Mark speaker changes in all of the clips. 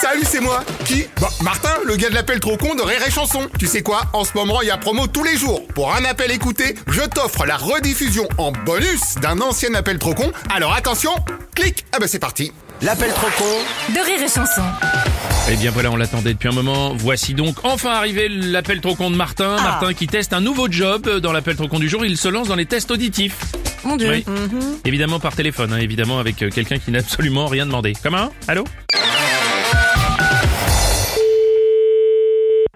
Speaker 1: Salut, c'est moi. Qui Bah, Martin, le gars de l'appel trop con de Rire et Chanson. Tu sais quoi En ce moment, il y a promo tous les jours. Pour un appel écouté, je t'offre la rediffusion en bonus d'un ancien appel trop con. Alors attention, clique. Ah bah c'est parti.
Speaker 2: L'appel trop con
Speaker 3: de rire et chanson.
Speaker 4: Eh bien voilà, on l'attendait depuis un moment. Voici donc enfin arrivé l'appel trop con de Martin.
Speaker 3: Ah.
Speaker 4: Martin qui teste un nouveau job euh, dans l'appel trop con du jour. Il se lance dans les tests auditifs.
Speaker 3: Mon dieu.
Speaker 4: Oui.
Speaker 3: Mm-hmm.
Speaker 4: Évidemment par téléphone, hein, évidemment avec euh, quelqu'un qui n'a absolument rien demandé. Comment Allô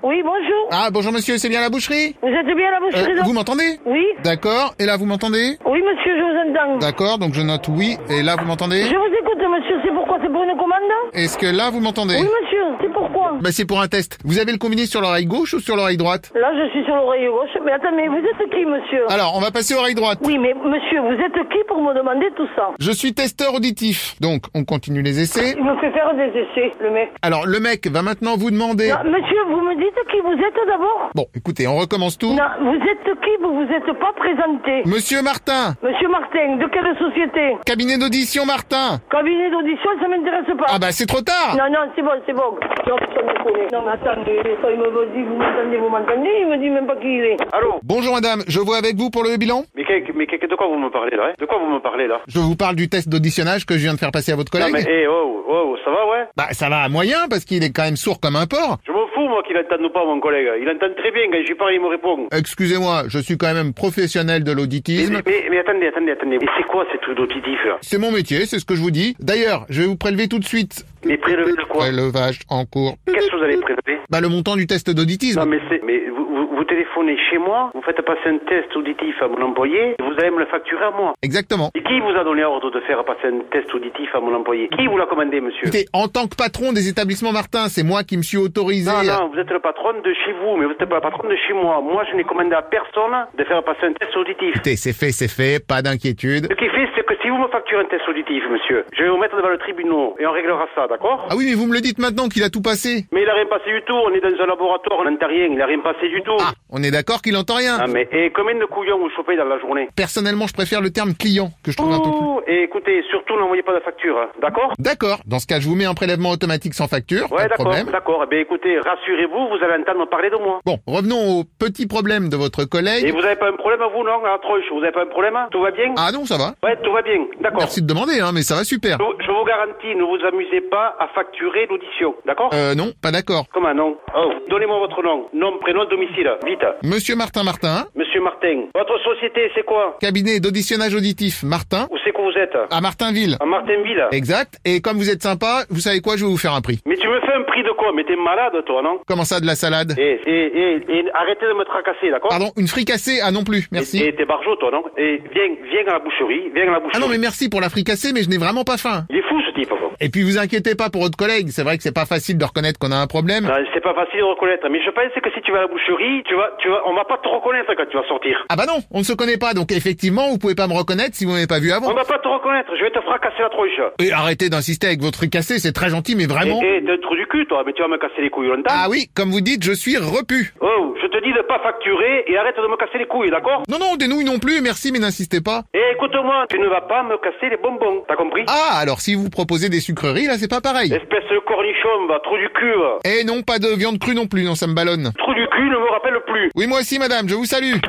Speaker 5: Oui, bonjour.
Speaker 1: Ah, bonjour monsieur, c'est bien la boucherie
Speaker 5: Vous êtes bien à la
Speaker 1: Euh,
Speaker 5: boucherie de-
Speaker 1: Vous m'entendez
Speaker 5: Oui,
Speaker 1: D'accord, et là vous m'entendez
Speaker 5: oui, monsieur, je vous entends.
Speaker 1: D'accord, donc je note oui, et là vous m'entendez
Speaker 5: Je vous écoute, monsieur, c'est pourquoi C'est pour une commande
Speaker 1: Est-ce que là vous m'entendez
Speaker 5: Oui, monsieur, c'est pourquoi
Speaker 1: Bah c'est pour un test. Vous avez le combiné sur l'oreille gauche ou sur l'oreille droite
Speaker 5: Là, je suis sur l'oreille gauche. Mais attends, mais vous êtes qui, monsieur
Speaker 1: Alors, on va passer oreille droite.
Speaker 5: Oui, mais monsieur, vous êtes qui pour me demander tout ça
Speaker 1: Je suis testeur auditif, donc on continue les essais.
Speaker 5: Il me fait faire des essais, le mec.
Speaker 1: Alors le mec va maintenant vous demander...
Speaker 5: Non, monsieur, vous me dites qui vous êtes d'abord
Speaker 1: Bon, écoutez, on recommence tout.
Speaker 5: Non, vous êtes qui Vous vous êtes pas présenté.
Speaker 1: Monsieur Martin,
Speaker 5: Monsieur Martin, de quelle société
Speaker 1: cabinet d'audition Martin.
Speaker 5: Cabinet d'audition, ça m'intéresse pas.
Speaker 1: Ah bah c'est trop tard.
Speaker 5: Non, non, c'est bon, c'est bon. Non, personne ne connaît. Non, mais attendez, ça, il me dit, vous m'entendez, vous m'entendez, il me dit même pas qui il est.
Speaker 6: Allô
Speaker 1: Bonjour madame, je vois avec vous pour le bilan.
Speaker 6: mais, que- mais que- de quoi vous me parlez là hein De quoi vous me parlez là
Speaker 1: Je vous parle du test d'auditionnage que je viens de faire passer à votre
Speaker 6: Non
Speaker 1: collègue.
Speaker 6: mais eh, oh, oh, ça va ouais
Speaker 1: Bah ça va à moyen parce qu'il est quand même sourd comme un porc.
Speaker 6: Je m'en fous moi qu'il entende ou pas mon collègue. Il entend très bien quand j'y parle, il me répond.
Speaker 1: Excusez-moi, je suis quand même professionnel de
Speaker 6: Mais,
Speaker 1: l'auditisme.
Speaker 6: mais- mais attendez, attendez, attendez. Mais c'est quoi ces trucs d'auditif là
Speaker 1: C'est mon métier, c'est ce que je vous dis. D'ailleurs, je vais vous prélever tout de suite.
Speaker 6: Mais prélever de quoi
Speaker 1: Prélevage en cours.
Speaker 6: Qu'est-ce que vous allez prélever
Speaker 1: Bah le montant du test
Speaker 6: Non
Speaker 1: d'auditisme.
Speaker 6: mais c'est... Mais vous, vous, vous téléphonez chez moi, vous faites passer un test auditif à mon employé et vous allez me le facturer à moi.
Speaker 1: Exactement.
Speaker 6: Et qui vous a donné ordre de faire passer un test auditif à mon employé Qui vous l'a commandé monsieur
Speaker 1: Écoutez, en tant que patron des établissements Martin, c'est moi qui me suis autorisé.
Speaker 6: Non,
Speaker 1: à-
Speaker 6: non, vous êtes le patron de chez vous, mais vous n'êtes pas le patron de chez moi. Moi, je n'ai commandé à personne de faire passer un test auditif.
Speaker 1: Écoutez, c'est fait, c'est fait, pas d'inquiétude.
Speaker 6: Ce qui fait, c'est que si vous me facturez un test auditif, monsieur, je vais vous mettre devant le tribunal et on réglera ça, d'accord
Speaker 1: Ah oui, mais vous me le dites maintenant qu'il a tout passé.
Speaker 6: Mais il a rien passé du tout, on est dans un laboratoire, on n'entend rien, il a rien passé du tout.
Speaker 1: Ah, on est d'accord qu'il entend rien.
Speaker 6: Ah, mais et combien de couillons vous chopez dans la journée
Speaker 1: Personnellement, je préfère le terme client, que je trouve un peu plus...
Speaker 6: Ouh, Et écoutez, surtout n'envoyez pas de facture, hein, d'accord
Speaker 1: D'accord, dans ce cas, je vous mets un prélèvement automatique sans facture,
Speaker 6: Ouais,
Speaker 1: pas de
Speaker 6: d'accord,
Speaker 1: problème.
Speaker 6: d'accord. Eh bien, écoutez, rassurez-vous, vous allez entendre parler de moi.
Speaker 1: Bon, revenons au petit problème de votre collègue.
Speaker 6: Et vous n'avez pas un problème, vous, non, à la tronche Vous n'avez pas un problème hein Tout va bien
Speaker 1: Ah non, ça va.
Speaker 6: Ouais, tout va bien, d'accord.
Speaker 1: Merci de demander, hein, mais ça va super.
Speaker 6: Je vous- Je vous garantis, ne vous amusez pas à facturer l'audition, d'accord
Speaker 1: Euh, non, pas d'accord.
Speaker 6: Comment non Oh, donnez-moi votre nom, nom, prénom, domicile, vite.
Speaker 1: Monsieur Martin Martin,
Speaker 6: Monsieur Martin, votre société, c'est quoi
Speaker 1: cabinet d'auditionnage auditif Martin,
Speaker 6: Où c'est que vous êtes
Speaker 1: à Martinville.
Speaker 6: À Martinville
Speaker 1: Exact, Ah. et comme vous êtes sympa, vous savez quoi, je vais vous faire un prix.
Speaker 6: Mais tu me fais un prix de quoi Mais t'es malade, toi, non
Speaker 1: Comment ça, de la salade
Speaker 6: et, et, et, et arrêtez de me tracasser, d'accord
Speaker 1: Pardon, une fricassée Ah non plus, merci.
Speaker 6: Et et t'es barjot, toi, non Et viens, viens à la boucherie, viens à la
Speaker 1: Ah
Speaker 6: boucherie.
Speaker 1: non, mais merci pour la fricassée, mais je n'ai vraiment pas faim.
Speaker 6: Il est fou, ce type, quoi.
Speaker 1: Et puis vous inquiétez pas pour votre collègue, c'est vrai que c'est pas facile de reconnaître qu'on a un problème.
Speaker 6: Non, C'est pas facile de reconnaître, mais je pense que si tu vas à la boucherie, tu vas, tu vas, on va pas te reconnaître quand tu vas sortir.
Speaker 1: Ah bah non, on ne se connaît pas, donc effectivement, vous pouvez pas me reconnaître si vous m'avez pas vu
Speaker 6: On
Speaker 1: avant.
Speaker 6: va pas te reconnaître, je vais te fracasser la tronche.
Speaker 1: Et arrêtez d'insister avec votre fricassée, c'est très gentil, mais vraiment...
Speaker 6: Eh, eh, t'es un trou du cul, toi, mais tu vas me casser les couilles longtemps.
Speaker 1: Ah oui, comme vous dites, je suis repu.
Speaker 6: Oh, je te dis de pas facturer et arrête de me casser les couilles, d'accord
Speaker 1: Non, non, des nouilles non plus, merci, mais n'insistez pas.
Speaker 6: Et écoute-moi, tu ne vas pas me casser les bonbons, t'as compris
Speaker 1: Ah, alors si vous proposez des sucreries, là, c'est pas pareil.
Speaker 6: Espèce de cornichon, va, trou du cul, va.
Speaker 1: Eh non, pas de viande crue non plus, non, ça me ballonne.
Speaker 6: Trou du cul ne me rappelle plus.
Speaker 1: Oui, moi aussi, madame, je vous salue.